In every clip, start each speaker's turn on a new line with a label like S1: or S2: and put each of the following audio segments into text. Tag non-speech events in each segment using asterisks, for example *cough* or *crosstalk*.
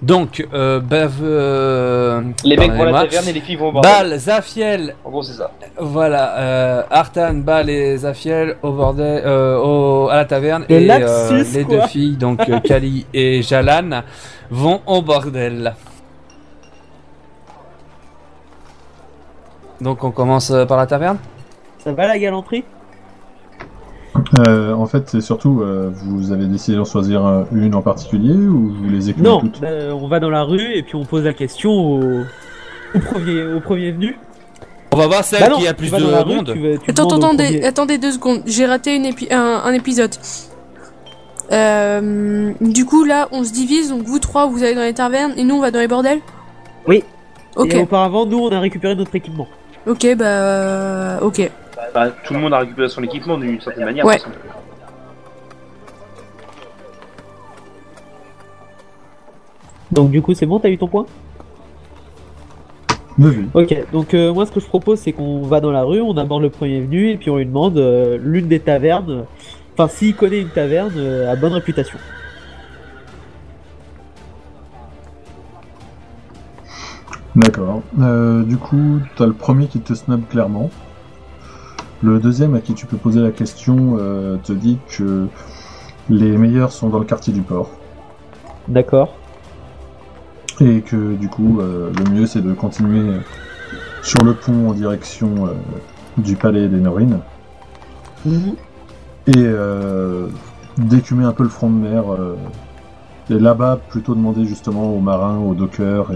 S1: Donc, euh, Bav. euh,
S2: Les mecs vont à la
S1: pardonnez-moi.
S2: taverne et les filles vont au bordel.
S1: Bâle, Zafiel,
S2: En gros, c'est ça.
S1: voilà, euh, Artan, Bâle et Zafiel au bordel, euh, au- à la taverne.
S3: Le
S1: et euh,
S3: lapsus,
S1: les
S3: quoi.
S1: deux filles, donc euh, Kali et Jalan, vont au bordel. Donc, on commence euh, par la taverne
S3: Ça va la galanterie
S4: Euh, en fait, c'est surtout, euh, vous avez décidé d'en choisir euh, une en particulier ou vous les écoutez
S3: Non,
S4: toutes
S3: bah, on va dans la rue et puis on pose la question au, au premier, au premier venu.
S1: On va voir celle
S3: Bah non,
S1: qui a
S3: tu
S1: plus
S3: vas
S1: de
S3: dans la rue,
S1: monde.
S3: tu vas- tu
S5: Attends,
S3: demandes au
S5: attendez,
S3: premier-
S5: attendez deux secondes. J'ai raté une épi- un, un épisode. Euh, du coup, là, on se divise. Donc, vous trois, vous allez dans les tavernes et nous, on va dans les bordels
S3: Oui.
S5: euh, Ok,
S3: Et auparavant, nous, on a récupéré notre équipement.
S5: ok, bah. euh, Ok.
S2: Bah, tout le monde a récupéré son équipement d'une certaine manière.
S5: Ouais.
S2: parce que-
S3: Donc du coup, c'est bon, t'as eu ton point
S4: Neuville.
S3: Ok, donc euh, moi ce que je propose c'est qu'on va dans la rue, on aborde le premier venu et puis on lui demande euh, l'une des tavernes, euh, enfin s'il connaît une taverne euh, à bonne réputation.
S4: D'accord. Euh, du coup, t'as le premier qui te snob clairement. Le deuxième à qui tu peux poser la question euh, te dit que les meilleurs sont dans le quartier du port.
S3: D'accord.
S4: Et que du coup, euh, le mieux c'est de continuer sur le pont en direction euh, du palais des Norines et euh, d'écumer un peu le front de mer. euh, et là-bas, plutôt demander justement aux marins, aux dockers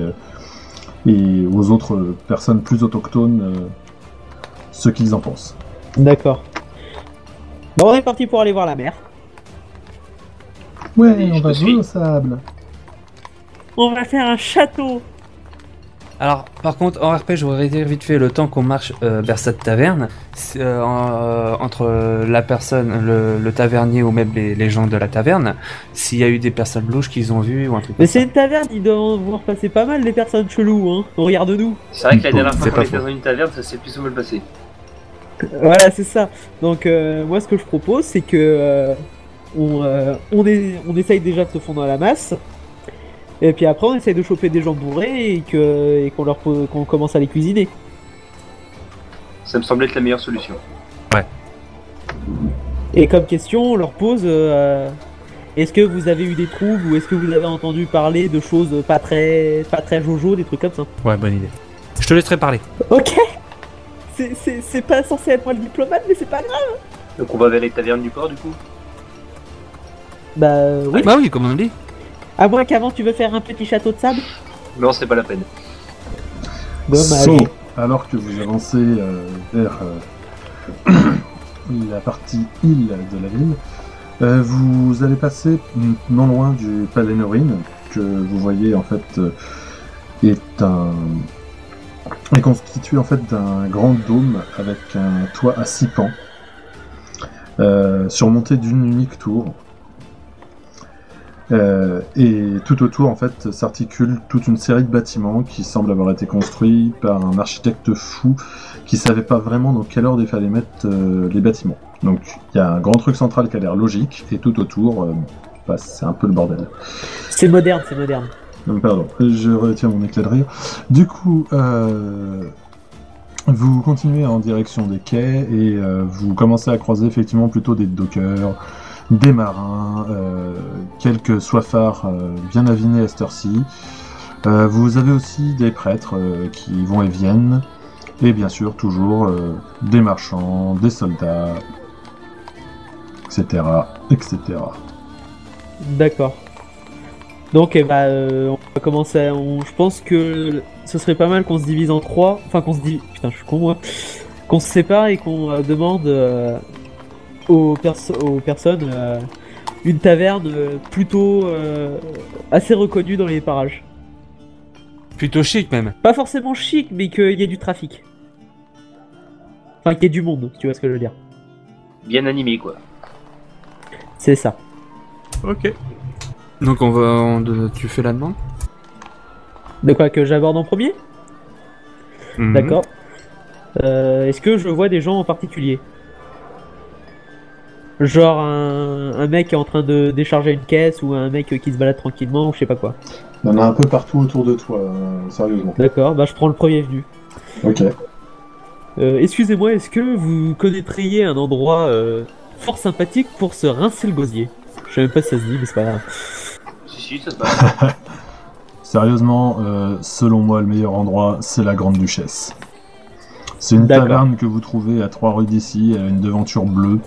S4: et, et aux autres personnes plus autochtones euh, ce qu'ils en pensent.
S3: D'accord. Bon, on est parti pour aller voir la mer.
S4: Ouais,
S2: Allez,
S4: on
S2: je
S4: va
S2: te
S4: jouer
S2: suis.
S4: au sable.
S3: On va faire un château
S1: Alors, par contre, en RP, je voudrais dire vite fait le temps qu'on marche euh, vers cette taverne. c'est, euh, en- entre la personne, le, le tavernier ou même les, les gens de la taverne, s'il y a eu des personnes louches qu'ils ont vues ou un truc
S3: Mais
S1: comme ça.
S3: c'est une taverne, ils doivent voir passer pas mal les personnes cheloues, hein. Regarde-nous.
S2: C'est vrai que la dernière
S1: C'est
S2: fois qu'on
S1: pas
S2: était
S1: faux.
S2: dans une taverne, ça s'est plus ou moins passé.
S3: Voilà, c'est ça. Donc euh, moi ce que je propose c'est que euh, on, euh, on, est, on essaye déjà de se fondre dans la masse. Et puis après on essaye de choper des gens bourrés et que et qu'on leur pose- qu'on commence à les cuisiner.
S2: Ça me semblait être la meilleure solution.
S3: Et comme question on leur pose euh, est-ce que vous avez eu des troubles ou est-ce que vous avez entendu parler de choses pas très pas très jojo, des trucs comme ça.
S1: Ouais, bonne idée. Je te laisserai parler.
S3: Ok. C'est- C'est c'est pas censé être moi le diplomate mais c'est pas grave.
S2: Donc on va vers les tavernes du port du coup
S3: Bah euh, oui.
S1: Bah oui, comme on dit.
S3: À moins qu'avant tu veux faire un petit château de sable.
S2: Non, c'est pas la peine.
S4: bah,
S3: Dommage.
S4: So, alors que vous avancez euh, vers euh, la partie île de la ville, euh, vous allez passer non loin du palais Norine, que vous voyez en fait euh, est un est constitué en fait d'un grand dôme avec un toit à six pans, euh, surmonté d'une unique tour. Euh, et tout autour, en fait, s'articule toute une série de bâtiments qui semblent avoir été construits par un architecte fou qui savait pas vraiment dans quelle ordre il fallait mettre euh, les bâtiments. Donc, il y a un grand truc central qui a l'air logique, et tout autour, euh, bah, c'est un peu le bordel.
S3: C'est moderne, c'est moderne.
S4: Euh, Pardon, je retiens mon éclat de rire. Du coup, euh, vous continuez en direction des quais et euh, vous commencez à croiser effectivement plutôt des dockers, des marins, euh, quelques soifards euh, bien avinés à cette heure-ci. Euh, vous avez aussi des prêtres euh, qui vont et viennent. Et bien sûr, toujours euh, des marchands, des soldats, etc. etc.
S3: D'accord. Donc, eh ben, euh, on va commencer. à- on- je pense que ce serait pas mal qu'on se divise en trois. Enfin, qu'on se divise. Putain, je suis con moi. Qu'on se sépare et qu'on euh, demande euh, aux, perso- aux personnes euh, une taverne euh, plutôt euh, assez reconnue dans les parages.
S1: Plutôt chic même.
S3: Pas forcément chic, mais qu'il y ait du trafic. Enfin, qu'il y ait du monde, si tu vois ce que je veux dire.
S2: Bien animé quoi.
S3: C'est ça.
S1: Ok. Donc on va, on- tu fais la demande.
S3: De quoi que j'aborde en premier
S1: Mhm.
S3: D'accord. Euh, Est-ce que je vois des gens en particulier Genre un, un mec qui est en train de décharger une caisse ou un mec qui se balade tranquillement ou je sais pas quoi.
S4: Il y en a un peu partout autour de toi, euh, sérieusement.
S3: D'accord, bah je prends le premier venu.
S4: Ok.
S3: Euh, Excusez-moi, est-ce que vous connaîtriez un endroit euh, fort sympathique pour se rincer le gosier Je sais même pas si ça se dit, mais c'est pas grave.
S2: Si, si, ça se *laughs* bat.
S4: Sérieusement, euh, selon moi, le meilleur endroit, c'est la Grande Duchesse. C'est une
S3: D'accord.
S4: taverne que vous trouvez à trois rues d'ici, elle a une devanture bleue.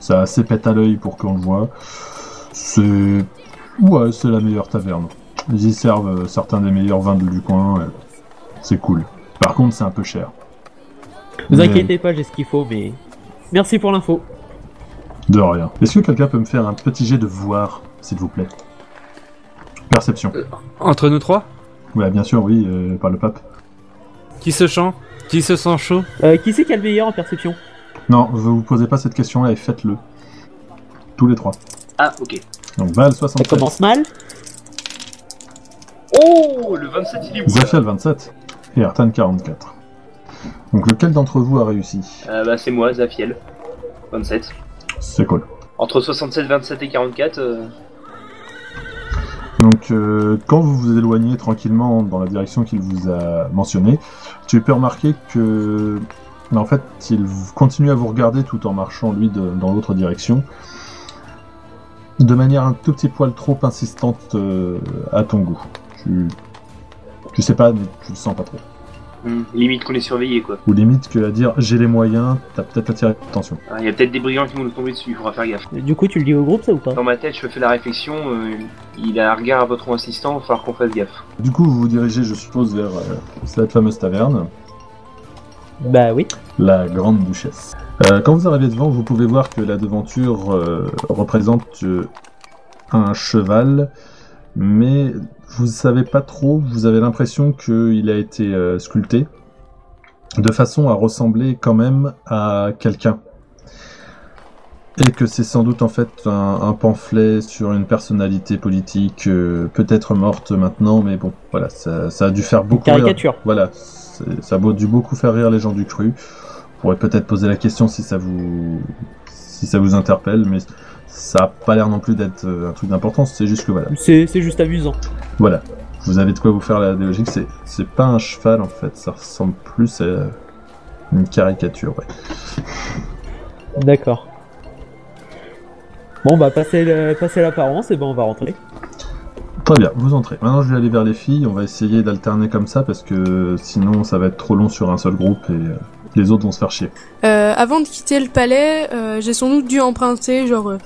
S4: Ça a assez pète à l'œil pour qu'on le voit. C'est. Ouais, c'est la meilleure taverne. Ils y servent euh, certains des meilleurs vins du coin. euh, C'est cool. Par contre, c'est un peu cher.
S3: Vous
S4: Mais-
S3: inquiétez pas, j'ai ce qu'il faut, mais. Merci pour l'info.
S4: De rien. Est-ce que quelqu'un peut me faire un petit jet de voir, s'il vous plaît Perception.
S1: Mhm. Entre nous trois
S4: Ouais, bien sûr, oui, euh, par le pape.
S1: Qui se chante Qui se sent chaud
S3: Euh, qui c'est qui a le meilleur en perception
S4: Non, vous vous posez pas cette question-là et faites-le. Tous les trois.
S2: Ah, ok.
S4: Donc Val
S3: Ça
S4: 67,
S3: commence mal.
S2: Oh, le 27, il est où là
S4: Zafiel 27 et Artan 44. Donc lequel d'entre vous a réussi
S2: Euh, Bah, c'est moi, Zafiel. 27.
S4: C'est cool.
S2: Entre 67, 27 et 44, euh,
S4: Donc euh, quand vous vous éloignez tranquillement dans la direction qu'il vous a mentionnée, tu peux remarquer que en fait il continue à vous regarder tout en marchant lui de- dans l'autre direction, de manière un tout petit poil trop insistante euh, à ton goût. Tu, tu sais pas, mais tu le sens pas trop.
S2: hmm, limite qu'on est surveillé, quoi.
S4: Ou limite que à dire j'ai les moyens, t'as peut-être attiré l'attention.
S2: Ah, Il y a peut-être des brigands qui vont nous tomber dessus, il faudra faire gaffe.
S3: Du coup, tu le dis au groupe, ça ou pas
S2: Dans ma tête, je fais la réflexion, euh, il a un regard à votre insistant, il va falloir qu'on fasse gaffe.
S4: Du coup, vous vous dirigez, je suppose, vers euh, cette fameuse taverne,
S3: Bah oui.
S4: la Grande Duchesse. Euh, quand vous arrivez devant, vous pouvez voir que la devanture euh, représente euh, un cheval, mais vous ne savez pas trop, vous avez l'impression qu'il a été euh, sculpté de façon à ressembler quand même à quelqu'un. Et que c'est sans doute en fait un, un pamphlet sur une personnalité politique, euh, peut-être morte maintenant, mais bon, voilà, ça, ça a dû faire beaucoup rire
S3: Caricature.
S4: voilà, c'est- ça a dû beaucoup faire rire les gens du cru. On pourrait peut-être poser la question si ça vous, si ça vous interpelle, mais ça a pas l'air non plus d'être euh, un truc d'importance. C'est juste que voilà,
S3: C'est c'est juste amusant.
S4: voilà, vous avez de quoi vous faire la délogique. C'est, c'est pas un cheval en fait, ça ressemble plus à une caricature. ouais.
S3: D'accord. Bon, bah, passer le- passer l'apparence, et ben on va rentrer.
S4: Très bien, vous entrez. Maintenant, je vais aller vers les filles. On va essayer d'alterner comme ça parce que sinon, ça va être trop long sur un seul groupe et euh, les autres vont se faire chier.
S5: Euh, avant de quitter le palais, euh, j'ai sans doute dû emprunter genre euh,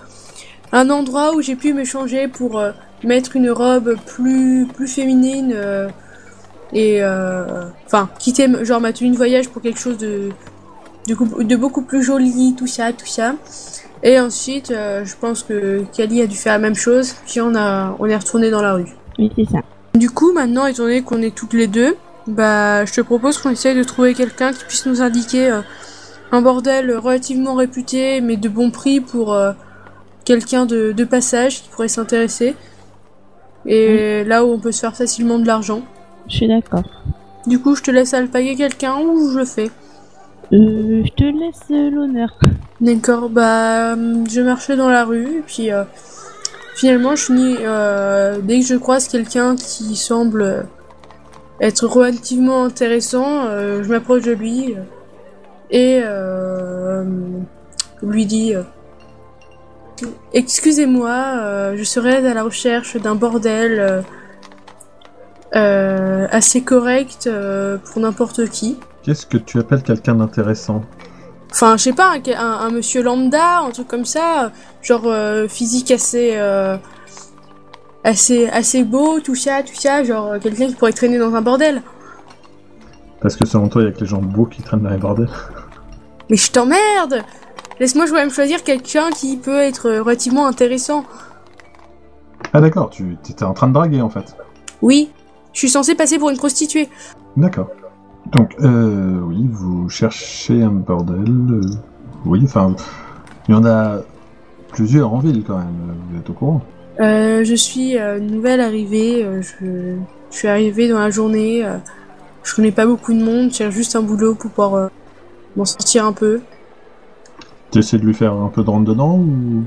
S5: un endroit où j'ai pu m'échanger pour euh, mettre une robe plus plus féminine euh, et euh, enfin quitter m- genre ma tenue de voyage pour quelque chose de de, coup- de beaucoup plus joli, tout ça, tout ça. Et ensuite, euh, je pense que Kali a dû faire la même chose, puis on a on est retourné dans la rue.
S6: Oui, c'est ça.
S5: Du coup, maintenant, étant donné qu'on est toutes les deux, bah, je te propose qu'on essaye de trouver quelqu'un qui puisse nous indiquer euh, un bordel relativement réputé, mais de bon prix pour euh, quelqu'un de, de passage qui pourrait s'intéresser. Et là où on peut se faire facilement de l'argent.
S6: Je suis d'accord.
S5: Du coup, je te laisse alpaguer quelqu'un ou je le fais
S6: Euh, je te laisse euh, l'honneur.
S5: D'accord, bah, hum, je marchais dans la rue, et puis euh, finalement, je finis. euh, dès que je croise quelqu'un qui semble être relativement intéressant, euh, je m'approche de lui euh, et euh, lui dis euh, Excusez-moi, euh, je serais à la recherche d'un bordel euh, euh, assez correct euh, pour n'importe qui.
S4: Qu'est-ce que tu appelles quelqu'un d'intéressant
S5: Enfin, je sais pas, un, un- un monsieur lambda, un truc comme ça, euh, genre euh, physique assez, euh, assez, assez beau, tout ça, tout ça, genre euh, quelqu'un qui pourrait traîner dans un bordel.
S4: Parce que selon toi, il y a que les gens beaux qui traînent dans les bordels.
S5: Mais je t'emmerde Laisse-moi, je vais me choisir quelqu'un qui peut être euh, relativement intéressant.
S4: Ah d'accord, tu étais en train de draguer en fait.
S5: Oui, je suis censée passer pour une prostituée.
S4: D'accord. Donc, euh, oui, vous cherchez un bordel. euh, oui, enfin, il y en a plusieurs en ville quand même, euh, vous êtes au courant.
S5: Euh, je suis euh, nouvelle arrivée, euh, je, je suis arrivée dans la journée, euh, je connais pas beaucoup de monde, je cherche juste un boulot pour pouvoir euh, m'en sortir un peu.
S4: T'essaies de lui faire un peu de rentre dedans ou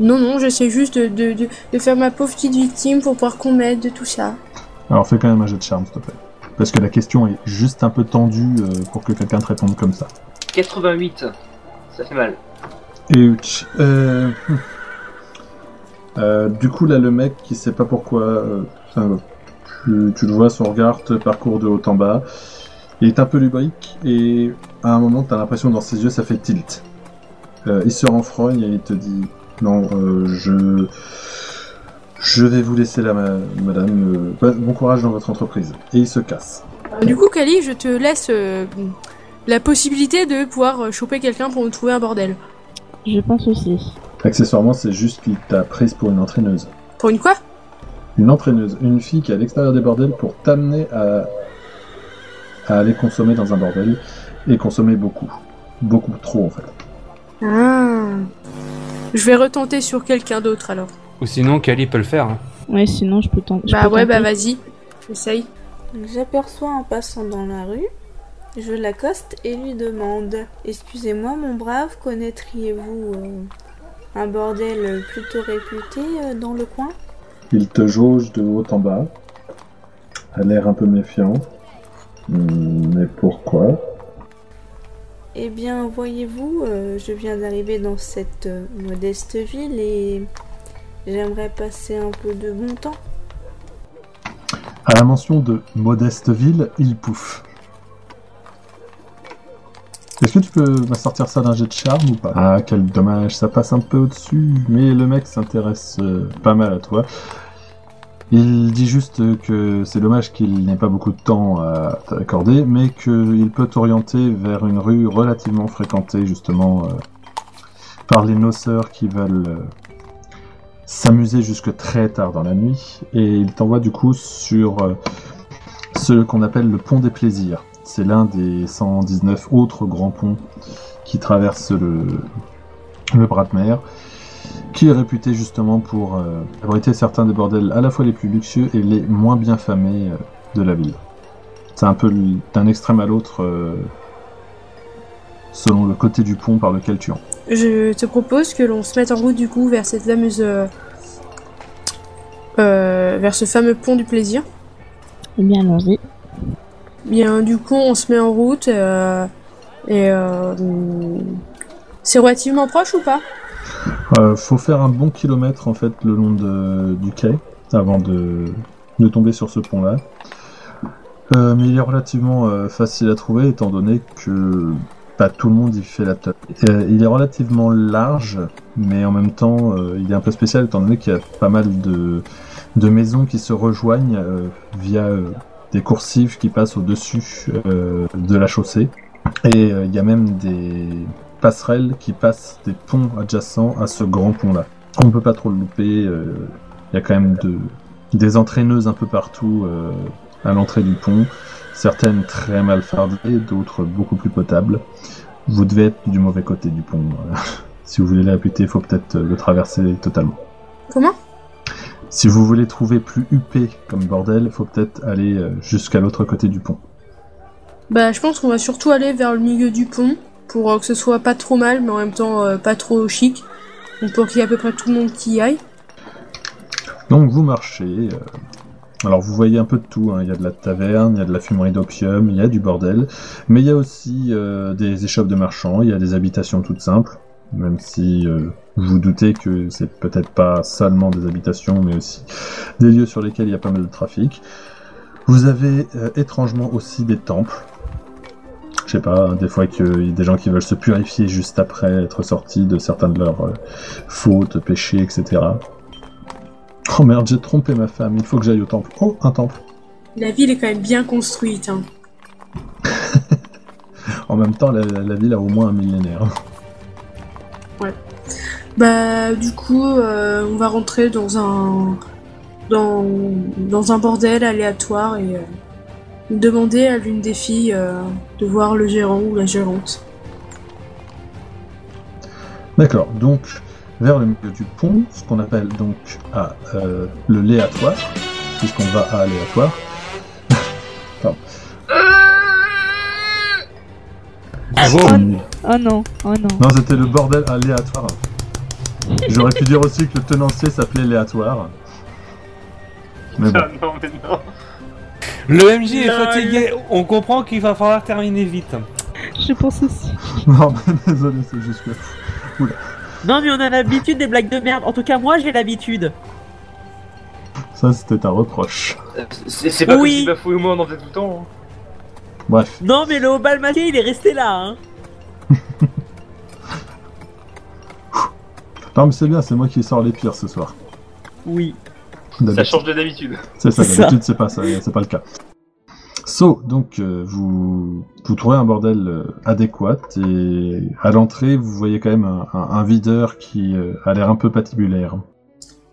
S5: Non, non, j'essaie juste de, de, de, de faire ma pauvre petite victime pour pouvoir qu'on m'aide de tout ça.
S4: Alors fais quand même un jet de charme, s'il te plaît. Parce que la question est juste un peu tendue euh, pour que quelqu'un te réponde comme ça.
S2: 88, ça fait mal.
S4: Et euh, hum. Euh, du coup, là, le mec qui sait pas pourquoi, euh, enfin, tu, tu le vois, son regard te parcourt de haut en bas. Il est un peu lubrique et à un moment, t'as l'impression dans ses yeux, ça fait tilt. Euh, il se renfrogne et il te dit Non, euh, je. Je vais vous laisser là, ma- madame. euh, bon- bon courage dans votre entreprise. Et il se casse.
S5: Du coup, Kali, je te laisse euh, la possibilité de pouvoir euh, choper quelqu'un pour nous trouver un bordel.
S6: Je pense aussi.
S4: Accessoirement, c'est juste qu'il t'a prise pour une entraîneuse.
S5: Pour une quoi
S4: Une entraîneuse, une fille qui est à l'extérieur des bordels pour t'amener à... à aller consommer dans un bordel et consommer beaucoup. Beaucoup trop en fait.
S5: Ah. Je vais retenter sur quelqu'un d'autre alors.
S1: Ou sinon, Kali peut le faire. hein.
S6: Ouais, sinon je peux tenter. je
S5: bah
S6: peux
S5: ouais, bah
S6: tenter.
S5: vas-y, essaye.
S7: J'aperçois un passant dans la rue, je l'accoste et lui demande Excusez-moi, mon brave, connaîtriez-vous euh, un bordel plutôt réputé euh, dans le coin
S4: Il te jauge de haut en bas, a l'air un peu méfiant. Hmm, Mais pourquoi
S7: Eh bien, voyez-vous, euh, je viens d'arriver dans cette euh, modeste ville et j'aimerais passer un peu de bon temps.
S4: À la mention de modeste ville, il pouffe. Est-ce que tu peux me sortir ça d'un jet de charme ou pas Ah, quel dommage, ça passe un peu au-dessus, mais le mec s'intéresse euh, pas mal à toi. Il dit juste que c'est dommage qu'il n'ait pas beaucoup de temps à t'accorder, mais qu'il peut t'orienter vers une rue relativement fréquentée justement euh, par les noceurs qui veulent euh, s'amuser jusque très tard dans la nuit et il t'envoie du coup sur euh, ce qu'on appelle le pont des plaisirs. C'est l'un des 119 autres grands ponts qui traversent le, le bras de mer, qui est réputé justement pour euh, abriter certains des bordels à la fois les plus luxueux et les moins bien famés euh, de la ville. C'est un peu l- d'un extrême à l'autre euh, selon le côté du pont par lequel tu entres.
S5: Je te propose que l'on se mette en route du coup vers cette fameuse. euh, euh, vers ce fameux pont du plaisir.
S6: Eh bien, allons-y.
S5: Bien, du coup, on se met en route euh, et. euh, c'est relativement proche ou pas
S4: Euh, faut faire un bon kilomètre en fait le long de- du quai avant de, de tomber sur ce pont là. mais il est relativement euh, facile à trouver étant donné que pas tout le monde y fait la teuf. Euh, il est relativement large, mais en même temps euh, il est un peu spécial étant donné qu'il y a pas mal de, de maisons qui se rejoignent euh, via euh, des coursives qui passent au-dessus euh, de la chaussée. Et euh, il y a même des, passerelles qui passent des ponts adjacents à ce grand pont-là. On ne peut pas trop le louper. euh, Il y a quand même de- des entraîneuses un peu partout euh, à l'entrée du pont. Certaines très mal fardées, d'autres beaucoup plus potables. Vous devez être du mauvais côté du pont. euh, *laughs* si vous voulez l'appuyer, il faut peut-être euh, le traverser totalement.
S5: Comment
S4: Si vous voulez trouver plus huppé comme bordel, il faut peut-être aller euh, jusqu'à l'autre côté du pont.
S5: Bah, je pense qu'on va surtout aller vers le milieu du pont pour euh, que ce soit pas trop mal, mais en même temps euh, pas trop chic. Donc, pour qu'il y ait à peu près tout le monde qui y aille.
S4: Donc vous marchez. euh, Alors vous voyez un peu de tout. hein. Il y a de la taverne, il y a de la fumerie d'opium, il y a du bordel. Mais il y a aussi euh, des échoppes de marchands, il y a des habitations toutes simples. Même si euh, vous doutez que c'est peut-être pas seulement des habitations, mais aussi des lieux sur lesquels il y a pas mal de trafic. Vous avez euh, étrangement aussi des temples. Je sais pas, hein, des fois qu'il y a des gens qui veulent se purifier juste après être sortis de certains de leurs euh, fautes, péchés, etc. Oh merde, j'ai trompé ma femme, il faut que j'aille au temple. Oh, un temple.
S5: La ville est quand même bien construite. Hein.
S4: En même temps, la, la ville a au moins un millénaire. *laughs*
S5: Bah du coup, euh, on va rentrer dans un dans, dans un bordel aléatoire et euh, demander à l'une des filles euh, de voir le gérant ou la gérante.
S4: D'accord, donc vers le milieu du pont, ce qu'on appelle donc à, euh, le léatoire, puisqu'on va à aléatoire. *laughs* Pardon. Bravo.
S6: Oh, oh non, oh non.
S4: Non, c'était le bordel aléatoire. J'aurais pu dire aussi que le tenancier s'appelait aléatoire. Mais bon.
S2: *laughs* non, mais non.
S1: Le MJ est
S2: Lol.
S1: fatigué, on comprend qu'il va falloir terminer vite.
S6: Je pense aussi.
S4: Non, *laughs* mais désolé, c'est juste que.
S3: Non, mais on a l'habitude des blagues de merde. En tout cas, moi, j'ai l'habitude.
S4: Ça, c'était un reproche.
S2: Euh, C'est c'est pas
S3: Oui.
S2: comme si Bafoué ou moi on en faisait tout le temps. hein.
S4: Bref.
S3: Non, mais le bal masqué, il est resté là. Hein.
S4: Non, mais c'est bien, c'est moi qui sors les pires ce soir.
S3: Oui.
S2: Ça
S4: D'habitude.
S2: change de d'habitude.
S4: C'est ça,
S3: C'est
S4: d'habitude, c'est pas ça, c'est pas le cas. So, donc euh, vous, vous trouvez un bordel euh, adéquat et à l'entrée vous voyez quand même un, un- un videur qui euh, a l'air un peu patibulaire.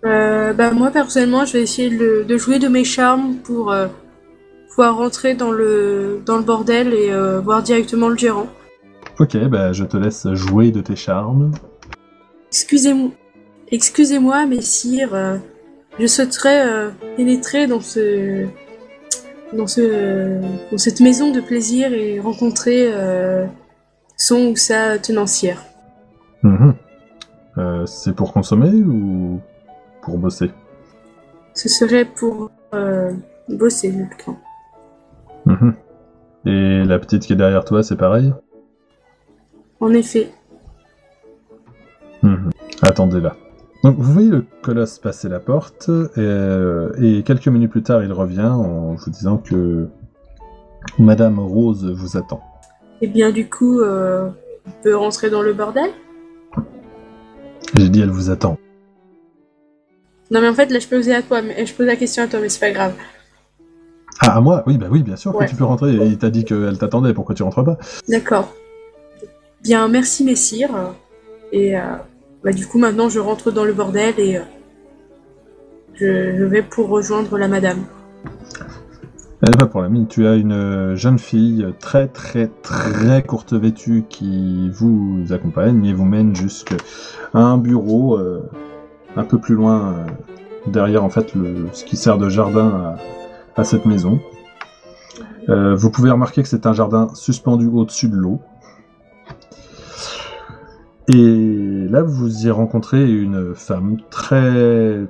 S5: Euh, bah, moi personnellement, je vais essayer de, le- de jouer de mes charmes pour euh, pouvoir rentrer dans le, dans le bordel et euh, voir directement le gérant.
S4: Ok, bah, je te laisse jouer de tes charmes.
S5: Excusez-moi, excusez-moi, messire, euh, je souhaiterais euh, pénétrer dans ce, dans ce, dans cette maison de plaisir et rencontrer euh, son ou sa tenancière.
S4: Mhm. Euh, c'est pour consommer ou pour bosser
S5: Ce serait pour euh, bosser, je crois.
S4: Mhm. Et la petite qui est derrière toi, c'est pareil
S5: En effet.
S4: Mhm. Attendez là. Donc vous voyez le colosse passer la porte euh, et quelques minutes plus tard il revient en vous disant que Madame Rose vous attend.
S5: Et bien du coup, euh, on peut rentrer dans le bordel
S4: J'ai dit elle vous attend.
S5: Non mais en fait là je posais à toi, mais je pose la question à toi mais c'est pas grave.
S4: Ah à moi Oui bah oui bien sûr
S5: Ouais.
S4: que tu peux rentrer. Il t'a dit qu'elle t'attendait. Pourquoi tu rentres pas
S5: D'accord. Bien merci messire. Et euh, bah, du coup maintenant je rentre dans le bordel et euh, je, je vais pour rejoindre la madame.
S4: Elle est pas pour la mine. Tu as une euh, jeune fille très très très courte vêtue qui vous accompagne et vous mène jusqu'à un bureau euh, un peu plus loin euh, derrière en fait le, ce qui sert de jardin à, à cette maison. Euh, vous pouvez remarquer que c'est un jardin suspendu au-dessus de l'eau. Et là, vous y rencontrez une femme très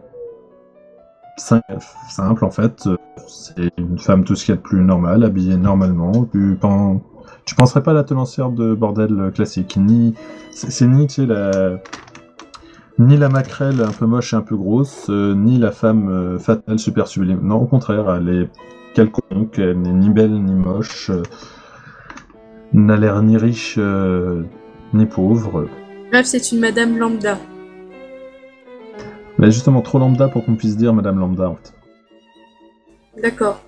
S4: sim- simple en fait, euh, c'est une femme tout ce qu'il y a de plus normal, habillée normalement. Tu, pen- tu penserais pas à la tenancière de bordel euh, classique, ni c'est c'est ni tu sais, la ni la maquerelle un peu moche et un peu grosse, euh, ni la femme euh, fatale super sublime. Non, au contraire, elle est quelconque, elle n'est ni belle ni moche, euh, n'a l'air ni riche euh, ni pauvre.
S5: Bref c'est une madame lambda.
S4: Mais justement trop lambda pour qu'on puisse dire Madame Lambda. en fait.
S5: D'accord.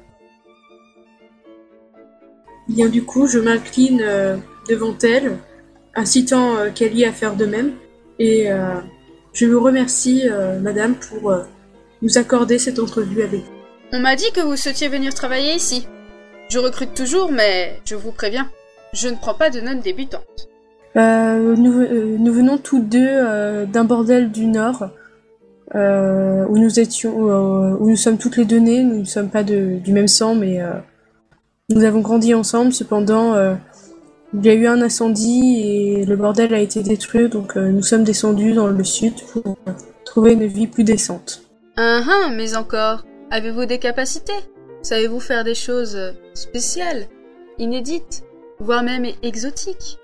S5: Bien du coup je m'incline euh, devant elle, incitant euh, Kelly à faire de même. Et euh, je vous remercie euh, madame pour euh, nous accorder cette entrevue avec vous.
S8: On m'a dit que vous souhaitiez venir travailler ici. Je recrute toujours, mais je vous préviens, je ne prends pas de non débutants.
S5: Euh, nous, euh, nous venons tous deux euh, d'un bordel du Nord euh, où nous étions, où, euh, où nous sommes toutes les deux nées. Nous ne sommes pas de- du même sang, mais euh, nous avons grandi ensemble. Cependant, euh, il y a eu un incendie et le bordel a été détruit, donc euh, nous sommes descendus dans le Sud pour euh, trouver une vie plus décente.
S8: Hein, hein, mais encore, avez-vous des capacités Savez-vous faire des choses euh, spéciales, inédites, voire même exotiques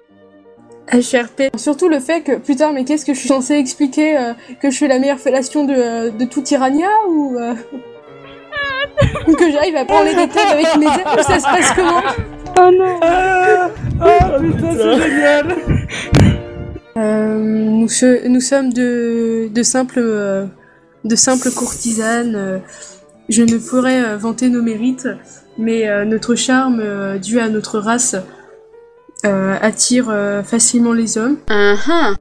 S5: HRP. Surtout le fait que, putain, mais qu'est-ce que je suis censée expliquer euh, que je suis la meilleure fellation de, euh, de tout Tyrannia ou, euh, *laughs* ou que j'arrive à prendre les détails avec mes ailes ou ça se passe comment
S6: Oh non
S1: Ah, Ah, putain, c'est génial
S5: Euh, nous, se- nous sommes de, de simples, euh, de simples courtisanes. euh, Je ne pourrais euh, vanter nos mérites, mais euh, notre charme euh, dû à notre race euh, attire euh, facilement les hommes.
S8: Hein, hein,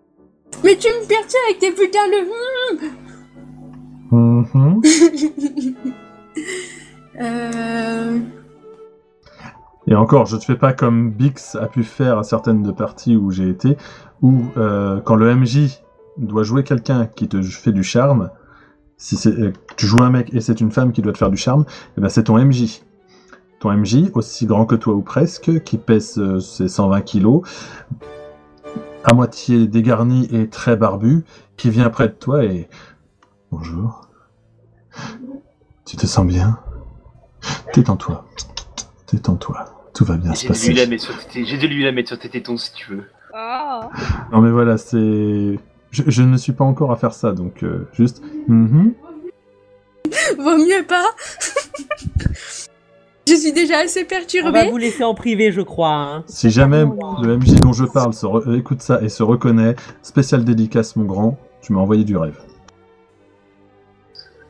S5: Mais tu me perturges avec tes putains de
S4: Mhm.
S5: Euh,
S4: Et encore, je ne fais pas comme Bix a pu faire à certaines de parties où j'ai été, où euh, quand le MJ doit jouer quelqu'un qui te fait du charme, si c'est, euh, tu joues un mec et c'est une femme qui doit te faire du charme, eh ben c'est ton MJ. ton MJ, aussi grand que toi ou presque, qui pèse euh, ses 120 kilos, à moitié dégarni et très barbu, qui vient près de toi et... Bonjour. Tu te sens bien Détends-toi. Détends-toi. Tout va bien se
S2: J'ai de l'huile à
S4: passer.
S2: mettre sur tes tétons- j'ai de l'huile à mettre sur tes tétons si tu veux.
S6: Ah
S4: Non mais voilà, c'est... Je, je ne suis pas encore à faire ça, donc euh, juste... Mhm.
S5: Vaut mieux pas. *laughs* je suis déjà assez
S3: On va
S5: perturbée.
S3: vous laisser en privé, je crois. hein.
S4: Si jamais le MJ dont je parle se re- euh, écoute ça et se reconnaît, spécial dédicace mon grand, tu m'as envoyé du rêve.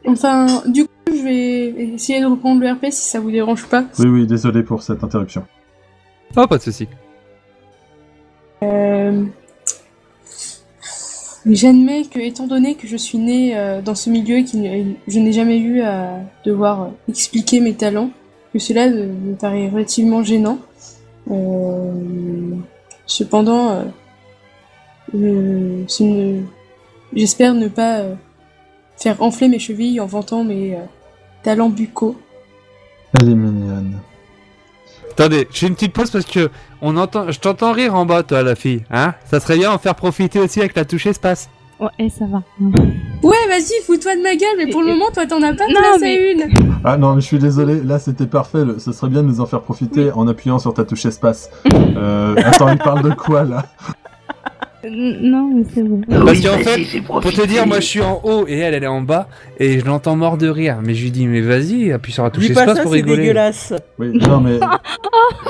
S5: Enfin, du coup, je vais essayer de reprendre le RP si ça vous dérange pas.
S4: Oui oui, désolé pour cette interruption.
S3: Ah,
S1: Oh, pas de souci.
S5: Euh, J'admets que, étant donné que je suis née euh, dans ce milieu et que je n'ai jamais eu à devoir euh, expliquer mes talents, que cela euh, me paraît relativement gênant. Euh, Cependant, euh, euh, ce ne- j'espère ne pas euh, faire enfler mes chevilles en vantant mes euh, talents buccaux.
S4: Elle est mignonne.
S1: Attendez, je fais une petite pause parce que on entend, je t'entends rire en bas, toi, la fille. Hein Ça serait bien en faire profiter aussi avec la touche espace.
S6: Ouais, eh, ça va.
S5: Ouais, vas-y, fous-toi de ma gueule, mais pour le
S6: Et-
S5: moment, toi, t'en as pas
S6: Non,
S5: place
S6: mais- *laughs*
S5: à une.
S4: Ah non, mais je suis désolé, là c'était parfait, le- ce serait bien de nous en faire profiter en appuyant sur ta touche
S5: *laughs*
S4: espace. Euh, attends, il parle de quoi là
S6: N- non, mais c'est bon.
S1: Parce qu'en fait, pour te dire, moi je suis en haut et elle, elle est en bas et je l'entends mort de rire. Mais je lui dis, mais vas-y, appuie sur la touche
S3: Dis pas
S1: espace
S3: ça,
S1: pour
S3: c'est
S1: rigoler.
S3: dégueulasse.
S4: Oui, non mais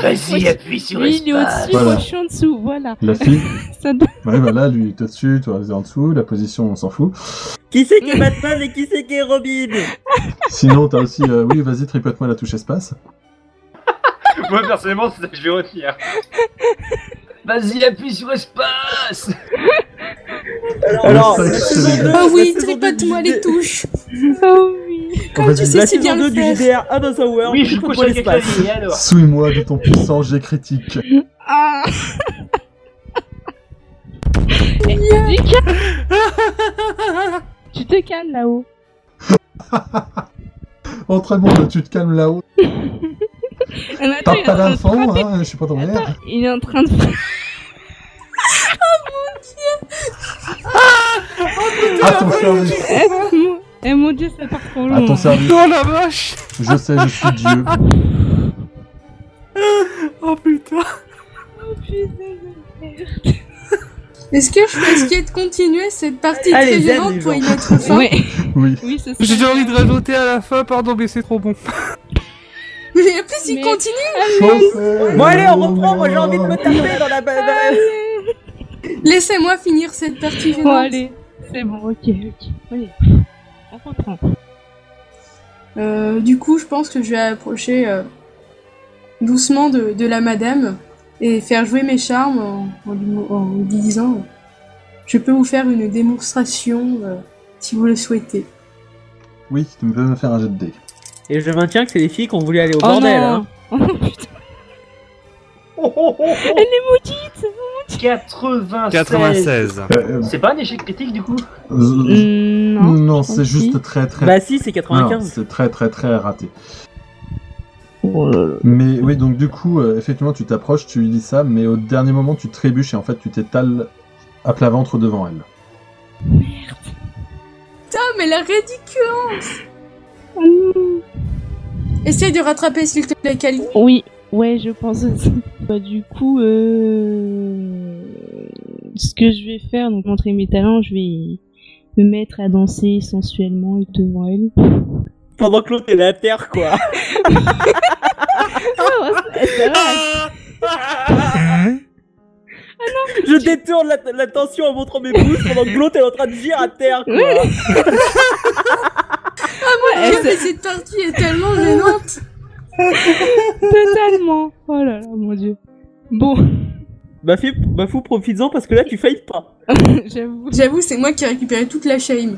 S2: Vas-y, appuie sur
S6: Lui, il est
S2: espace.
S6: au-dessus, moi
S4: Voilà.
S6: je suis en dessous, voilà.
S4: la fille,
S6: Ça doit-
S4: ouais voilà, lui t'es dessus, toi t'es en dessous, la position on s'en fout.
S3: Qui c'est qui est Batman et qui c'est qui est Robin
S4: Sinon t'as aussi, euh, oui vas-y tripote-moi la touche espace.
S2: Moi personnellement, c'est ça que je vais retenir. *laughs* Vas-y, appuie sur espace.
S3: Alors,
S4: Le
S3: la
S4: sexe,
S3: saison
S4: c'est-
S3: deux-
S5: Ah oui,
S3: la saison deux
S5: tripote-moi
S3: du
S5: les
S3: JDR
S5: touches.
S6: *laughs* Oh oui
S5: Comme tu
S4: Vas-y.
S5: sais
S3: La
S5: si bien
S3: saison
S5: le
S3: 2 du
S5: faire.
S3: JDR, Another Hour,
S2: Oui, je suis
S3: tripote-moi
S2: couché avec la
S3: l'espace.
S2: fille, et alors
S4: Souille-moi de ton puissant jet critique.
S6: *laughs* Ah Du calme. *laughs* Tu te calmes là-haut.
S4: Entraînement de tu te calmes là-haut,
S6: Ah, mais attends,
S4: tape
S6: il est
S4: pas
S6: en
S3: euh,
S6: train de
S4: l'enfant,
S6: frapper.
S4: hein, je suis pas ton mère.
S6: Attends, Il est en train de
S4: À ton service,
S6: frapper. Mon- Eh mon dieu, ça part trop
S4: à
S6: loin.
S4: ton service,
S1: Oh la vache
S4: je sais, je suis Dieu.
S1: Oh putain
S6: Oh, putain, de
S5: Est-ce que *laughs* je peux essayer de continuer cette partie
S3: Allez,
S5: très
S3: zen,
S5: gênante
S3: les
S5: pour y
S3: gens.
S5: mettre
S6: merde.
S5: fin
S6: Ouais,
S4: Oui.
S6: oui, c'est ça.
S1: J'ai envie de rajouter à la fin, pardon, mais c'est trop bon.
S5: *laughs* Mais en plus, il
S6: Mais-
S5: continue
S4: euh,
S3: Bon allez, on reprend, moi j'ai envie de me taper dans la... dans la-
S5: Laissez-moi finir cette partie
S6: Bon,
S5: gênante.
S6: allez, c'est bon, ok, ok. Allez, on reprend.
S5: Euh, du coup, je pense que je vais approcher euh, doucement de, de la madame et faire jouer mes charmes en, en lui, mo- en lui disant euh, Je peux vous faire une démonstration euh, si vous le souhaitez.
S4: Oui, tu peux me faire un jet de dés.
S3: Et je maintiens que c'est les filles qui ont voulu aller au bordel. hein.
S6: Oh non, putain,
S2: Oh, oh, oh, oh.
S6: elle est maudite
S3: Ah,
S2: 96.
S1: 96.
S4: Euh,
S2: C'est pas un échec critique du coup
S4: euh, euh,
S6: Mm, Non,
S4: non,
S6: je pense
S4: c'est
S6: si.
S4: juste très très
S6: Hein
S3: Bah si, c'est
S4: Non,
S3: 95.
S4: c'est très très très raté. Mais oui, donc du coup, euh, effectivement, tu t'approches, tu lui dis ça, mais au dernier moment, tu trébuches et en fait, tu t'étales à plat ventre devant elle.
S5: Ah, mais la ridicule Essaye de rattraper, s'il te plaît, Cali.
S6: Oui, ouais, je pense aussi. Bah, du coup, euh... ce que je vais faire, donc montrer mes talents, je vais me mettre à danser sensuellement devant elle. *laughs*
S3: Pendant que l'autre est la terre, quoi.
S6: Ah, Hein
S3: Je détourne la- l'attention en montrant mes pouces pendant que l'autre est en train de dire à terre, quoi.
S5: Ah, mais cette partie est tellement *laughs* gênante
S6: Totalement. Oh là là, mon dieu. Bon, *laughs*
S3: Bah, fais, bah fou, profites-en parce que là, tu failles pas.
S6: j'avoue.
S5: J'avoue, c'est moi qui ai récupéré toute la shame.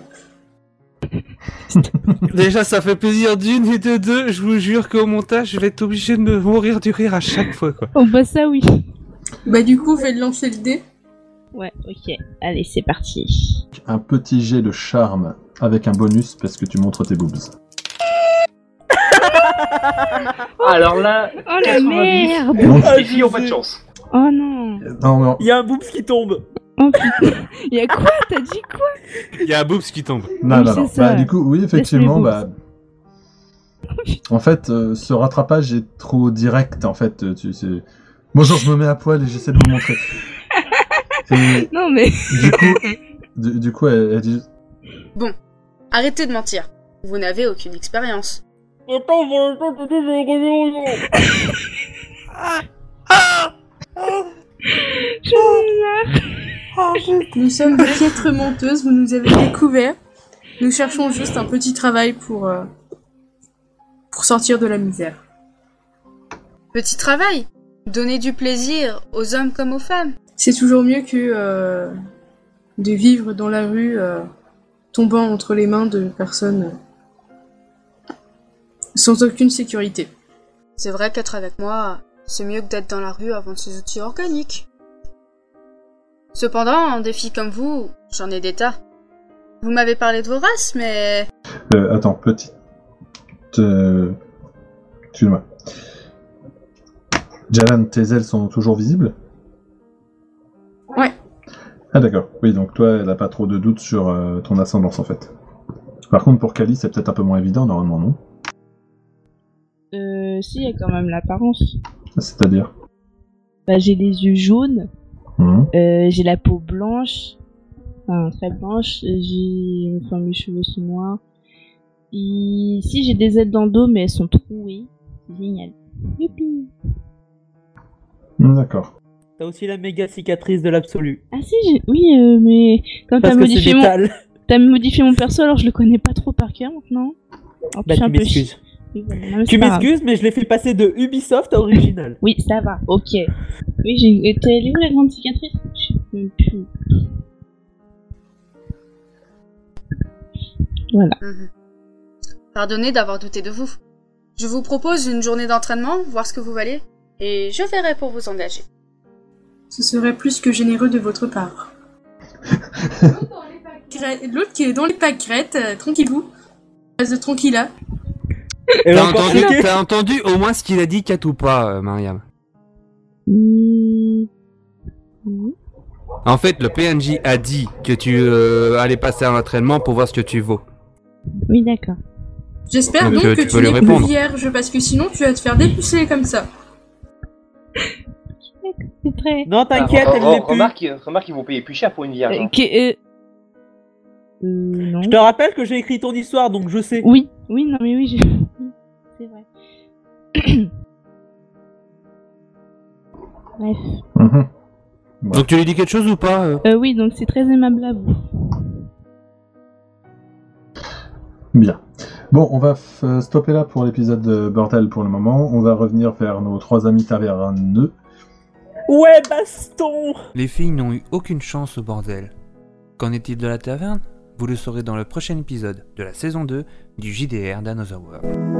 S1: *laughs* Déjà, ça fait plaisir d'une et de deux. Je vous jure qu'au montage, je vais être obligé de me mourir du rire à chaque fois, quoi.
S6: Oh bah ça oui.
S5: Bah du coup, je vais lancer le dé.
S6: Ouais, ok. Allez, c'est parti.
S4: Un petit jet de charme avec un bonus parce que tu montres tes boobs.
S2: Alors là,
S6: Oh la
S2: 90.
S6: merde
S4: *laughs* Donc,
S3: Ah,
S2: les filles ont pas de
S3: je-
S2: chance.
S6: Oh non
S4: non, non,
S3: Il y a un boobs qui tombe.
S6: Oh putain *laughs* Il y a quoi T'as dit quoi
S1: Il y a un boobs qui tombe.
S4: Non,
S6: Oui,
S4: non,
S6: c'est
S4: non.
S6: ça.
S4: Bah, du coup, oui, effectivement,
S6: Laisse les
S4: bah. En fait, euh, ce rattrapage est trop direct, en fait. euh, Tu sais. Bonjour, je me mets à poil et j'essaie de vous montrer. Et
S6: Non mais... *laughs*
S4: du coup, du, du coup, elle, elle dit
S8: Arrêtez de mentir. Vous n'avez aucune expérience.
S6: Oh.
S5: Nous sommes de piètres menteuses, vous nous avez découvert. Nous cherchons juste un petit travail pour, euh, pour sortir de la misère.
S8: Petit travail. Donnez du plaisir aux hommes comme aux femmes.
S5: C'est toujours mieux que euh, de vivre dans la rue, euh, tombant entre les mains de personnes euh, sans aucune sécurité.
S8: C'est vrai qu'être avec moi, c'est mieux que d'être dans la rue à vendre ces outils organiques. Cependant, des filles comme vous, j'en ai des tas. Vous m'avez parlé de vos races, mais *laughs*
S4: Euh, Attends, petite. euh, Excuse-moi. Jalan, tes ailes sont toujours visibles
S5: Ouais.
S4: Ah, d'accord. Oui, donc toi, elle n'a pas trop de doutes sur euh, ton ascendance, en fait. Par contre, pour Kali, c'est peut-être un peu moins évident, normalement, non
S6: Euh, si, il y a quand même l'apparence.
S4: C'est-à-dire
S6: Bah j'ai les yeux jaunes,
S4: Mhm.
S6: euh, j'ai la peau blanche, enfin très blanche, j'ai... Enfin mes cheveux sont noirs. Et... Si, j'ai des ailes dans le dos, mais elles sont trouées. C'est génial. Youpi
S4: Mm, D'accord.
S3: T'as aussi la méga cicatrice de l'absolu.
S6: Ah si, j'ai... Oui, euh, mais... Comme t'as
S3: Parce que
S6: modifié
S3: c'est
S6: mon...
S3: métal.
S6: T'as modifié mon perso alors je le connais pas trop par cœur maintenant. Oh,
S3: Bah,
S6: je suis
S3: tu
S6: un peu chi-
S3: m'excuses.
S6: Oui, voilà, non, mais
S3: Tu
S6: c'est pas grave.
S3: m'excuses, mais je l'ai fait passer de Ubisoft à Original.
S6: Oui, ça va, ok. Oui, j'ai. et T'es allé où la grande cicatrice Je sais même plus.
S8: Mhm. Pardonnez d'avoir douté de vous. Je vous propose une journée d'entraînement, voir ce que vous valez, et je verrai pour vous engager.
S5: Ce serait plus que généreux de votre part. L'autre qui est dans les pâquerettes, euh, tranquillou. Reste de tranquilla.
S3: Et
S1: T'as
S3: encore
S1: entendu,
S3: choqué.
S1: t'as entendu au moins ce qu'il a dit, Kat ou pas, euh, Mariam
S6: Mmh. Mmh.
S1: En fait, le PNJ a dit que tu euh, allais passer à l'entraînement pour voir ce que tu vaux.
S6: Oui, d'accord.
S5: J'espère
S1: Donc,
S5: donc,
S1: euh,
S5: que
S1: tu
S5: tu
S1: peux lui
S5: n'es plus
S1: répondre.
S5: vierge parce que sinon tu vas te faire dépuceler comme ça.
S6: C'est très.
S3: Non, t'inquiète,
S2: Ah,
S3: elle
S1: oh,
S2: re-
S3: l'est
S2: re-
S3: plus.
S2: remarque, remarque, ils vont payer plus cher pour une
S3: Ah,
S2: vierge.
S6: Euh,
S2: hein.
S6: que- euh... euh, non.
S3: Je te rappelle que j'ai écrit ton histoire, donc je sais.
S6: Oui, oui, non, mais oui, j'ai. C'est vrai. Bref.
S4: Mhm. Ouais.
S1: Donc tu lui dis quelque chose ou pas euh
S6: Euh, oui, donc c'est très aimable à vous.
S4: Bien. Bon, on va f- euh, stopper là pour l'épisode de Bordel pour le moment. On va revenir vers nos trois amis taverneux.
S3: Ouais, baston
S1: Les filles n'ont eu aucune chance au bordel. Qu'en est-il de la taverne Vous le saurez dans le prochain épisode de la saison 2 du JDR Dinosaur World.